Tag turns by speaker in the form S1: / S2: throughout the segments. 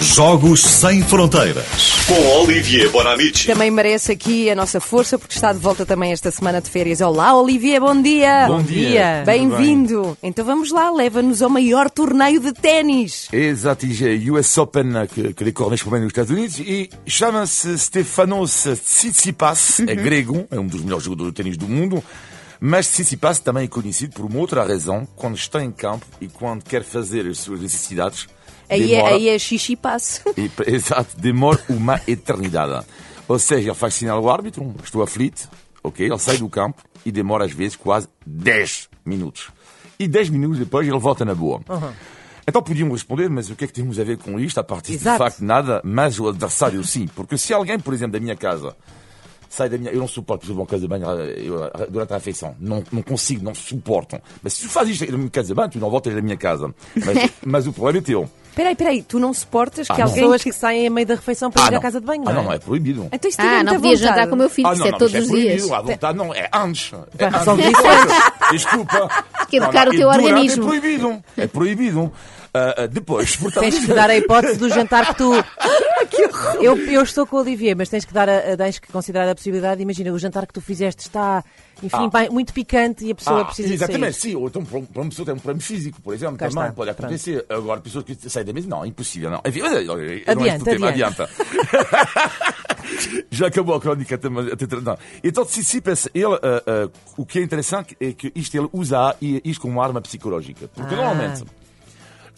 S1: Jogos sem fronteiras. Com Olivier Bonamici.
S2: Também merece aqui a nossa força porque está de volta também esta semana de férias. Olá, Olivier, bom dia!
S3: Bom dia.
S2: Bem-vindo! Então vamos lá, leva-nos ao maior torneio de ténis.
S3: Exato, e é US Open que, que decorre neste momento nos Estados Unidos e chama-se Stefanos Tsitsipas, é grego, é um dos melhores jogadores de ténis do mundo, mas Tsitsipas também é conhecido por uma outra razão, quando está em campo e quando quer fazer as suas necessidades,
S2: Aí é,
S3: demora,
S2: aí é xixi passo.
S3: e- exato, demora uma eternidade. Ou seja, ele faz sinal ao árbitro, estou aflito, ok, ele sai do campo e demora às vezes quase 10 minutos. E 10 minutos depois ele volta na boa.
S4: Uh-huh.
S3: Então podíamos responder, mas o que é que temos a ver com isto? A partir
S2: Exato.
S3: de facto nada, mas o adversário sim. Porque se alguém, por exemplo, da minha casa sai da minha. Eu não suporto pessoas vão à casa de banho eh, eu, eh, durante a refeição. Não, não consigo, não suporto. Mas se tu fazes isto na minha casa de banho, tu não voltas da minha casa. Mas, mas o problema é teu.
S2: Peraí, peraí, tu não suportas que
S3: Ah, não.
S2: alguém.
S4: pessoas que saem a meio da refeição para ir à casa de banho,
S3: ah,
S4: não é?
S3: não, é proibido.
S2: Então isto
S5: Ah,
S2: é muita
S5: não podia
S2: vontade.
S5: jantar com o meu filho,
S3: Ah,
S5: isso
S3: não,
S5: é
S3: não,
S5: todos
S3: isto
S5: os
S3: é proibido,
S5: dias.
S3: à vontade, não, é antes. É antes.
S4: só diz
S3: Desculpa.
S5: Que educar
S3: Não, não,
S5: o teu
S3: e durante
S5: organismo.
S3: É proibido. É proibido. Ah, ah, depois, portanto.
S4: Tens que dar a hipótese do jantar que tu. eu, eu estou com o Olivier, mas tens que, dar a, a- tens que considerar a possibilidade. Imagina, o jantar que tu fizeste está, enfim, bem- muito picante e a pessoa
S3: Ah,
S4: precisa de sair.
S3: exatamente, sim. Ou então, para uma pessoa tem um problema físico, por exemplo,
S4: Cá
S3: também
S4: está,
S3: pode
S4: pronto.
S3: acontecer. Agora, pessoas que saem da mesa, não, impossível, não. Enfim, mas, eh, não é este o
S4: Adianta,
S3: tema,
S4: adianta.
S3: adianta. Já acabou a crónica também. até- Não. Então, Tsitsipas, ele, ah, ah, o que é interessante é que isto ele usa e- isto como arma psicológica. Porque
S4: Ah.
S3: normalmente,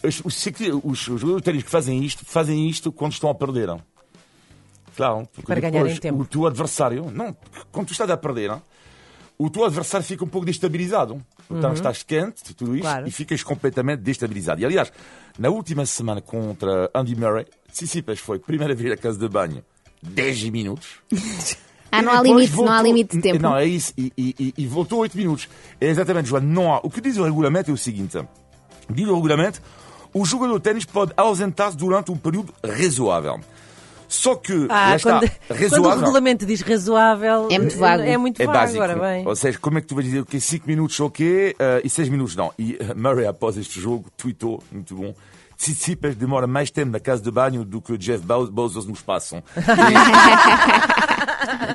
S3: os, os, secre- os jogadores de ténis que fazem isto, fazem isto quando estão a perder. não? Claro, porque
S4: Para
S3: depois
S4: ganharem tempo.
S3: o teu adversário, não, porque quando tu estás a perder, não? o teu adversário fica um pouco destabilizado. Portanto, estás quente, tudo isto,
S4: Uhum. Claro.
S3: e ficas completamente destabilizado. E aliás, na última semana contra Andy Murray, Tsitsipas foi a primeira vez à casa de banho 10 minutos.
S5: Ah,
S3: E
S5: não há
S3: depois
S5: limite, não há
S3: voltou-
S5: limite de tempo.
S3: Não, é isso. E, e- e- e voltou 8 minutos. É exatamente, João. Não há. O que diz o regulamento é o seguinte: diz o regulamento, o jogador de ténis pode ausentar-se durante um período razoável. Só que, lá
S4: Ah,
S3: está,
S4: quando, quando o
S3: razoável
S4: regulamento diz razoável,
S5: É muito vago.
S4: É muito
S3: é
S4: vago,
S3: básico.
S4: agora bem.
S3: Ou seja, como é que tu vais dizer o que 5 minutos o quê eh, e 6 minutos não? E eh, Murray, após este jogo, tweetou, muito bom, Tsitsipas demora mais tempo na casa de banho do que Jeff Bow- Bezos no espaço.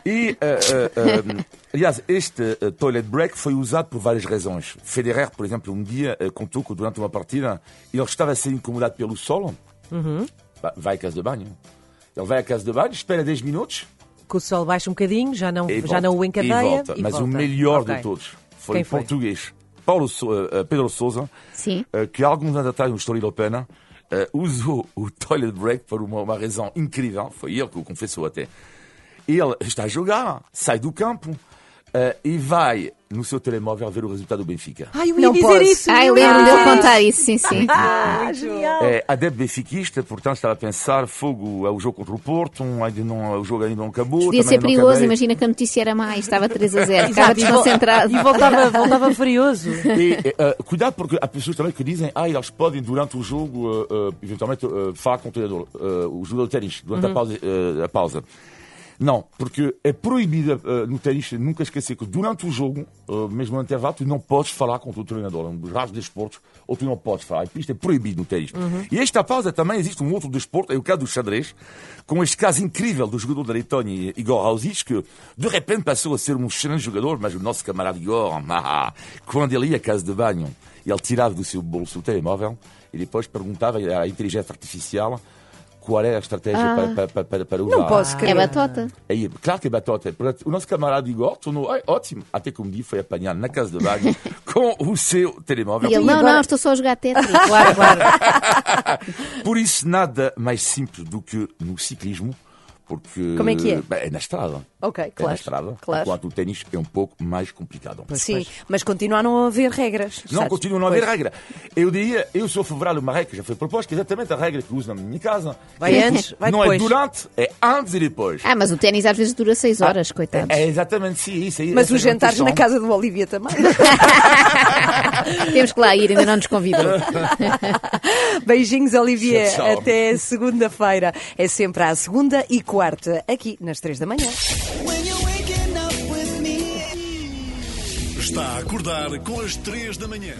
S3: E, eh, eh, eh, aliás, este eh, toilet break foi usado por várias razões. Federer, por exemplo, um dia eh, contou que durante uma partida ele estava a ser incomodado pelo sol. Bah, vai à casa de banho. Ele vai à casa de banho, espera 10 minutos
S4: Que o sol baixa um bocadinho, já não,
S3: e
S4: já
S3: volta.
S4: não o encadeia.
S3: E volta.
S4: e
S3: Mas o
S4: volta.
S3: melhor
S4: Ok.
S3: de todos foi
S4: Quem
S3: o
S4: foi?
S3: português Paulo So- eh, eh, Pedro Souza,
S5: Sim.
S3: eh, que há alguns anos atrás no Estoril Open eh, usou o toilet break por uma, uma razão incrível. Foi ele que o confessou até. Ele está a jogar, sai do campo eh, e vai no seu telemóvel ver o resultado do Benfica.
S4: Ai, eu ia
S2: Não
S4: dizer
S3: ah.
S2: posso.
S4: isso.
S5: Ai,
S4: eu ia
S5: lembro-me
S4: dizer
S5: dele contar isso, sim, sim.
S4: Ah, genial.
S3: É, adepto benfiquista, portanto estava a pensar, fogo, é o jogo contra o Porto, um, ainda não, o jogo ainda não acabou.
S5: Podia
S3: também
S5: ser
S3: não
S5: perigoso,
S3: acabei.
S5: imagina que a notícia era má, estava 3 a 0, estava
S4: Exato, e vol-
S5: desconcentrado.
S4: E voltava, voltava furioso.
S3: E, eh, cuidado, porque há pessoas também que dizem ah, eles podem, durante o jogo, eh, eh, eventualmente, eh, falar com o treinador, eh, o jogador de ténis, durante a, pausa, eh, a pausa. Não, porque é proibido eh, no ténis, nunca esquecer que durante o jogo, eh, mesmo no intervalo, tu não podes falar com o teu treinador. É um raso de esportes, ou tu não podes falar. E Isto é proibido no ténis.
S2: Uhum.
S3: E esta pausa também existe um outro desporto, é o caso do xadrez, com este caso incrível do jogador da Letónia, Igor Rausich, que de repente passou a ser um excelente jogador, mas o nosso camarada Igor, ah, quando ele ia à casa de banho, ele tirava do seu bolso o telemóvel e depois perguntava à inteligência artificial qual era a estratégia para, para, para, para, para usar.
S2: Ah. Não posso
S5: É
S2: crer.
S5: batota.
S3: Aí, claro que é batota. Portanto, O nosso camarada Igor tornou "Ai, ótimo. Até como disse, foi apanhado na casa de banho com o seu telemóvel.
S5: E ele, não,
S3: Por-
S5: não, estou só a jogar Tetris.
S4: Claro, claro.
S3: Por isso, nada mais simples do que no ciclismo, porque.
S2: Como é que é?
S3: Bem, é na estrada.
S5: Oh,
S2: Ok,
S3: É na
S2: claro.
S3: estrada.
S2: claro.
S3: Enquanto o ténis é um pouco mais complicado.
S2: Sim, mas continua a não haver regras.
S3: Não,
S2: sabes?
S3: continua a não haver
S2: Pois.
S3: regra. Eu diria, eu sou favorável a uma regra que já foi proposta, que é exatamente a regra que uso na minha casa.
S4: Vai
S3: Que
S4: antes, vai
S3: Não
S4: depois.
S3: é durante, é antes e depois.
S5: Ah, mas o ténis às vezes dura 6 horas, coitado.
S3: É exatamente sim, isso aí.
S2: Mas
S3: essa
S2: os jantares na
S3: rotação.
S2: casa do Olivia também.
S5: Temos que lá ir, ainda não nos convidam.
S2: Beijinhos, Olivier.
S3: Tchau, tchau.
S2: Até segunda-feira. É sempre à segunda e quarta, aqui nas três da manhã.
S6: When you're waking up with me.
S1: Está a acordar com as 3 da manhã.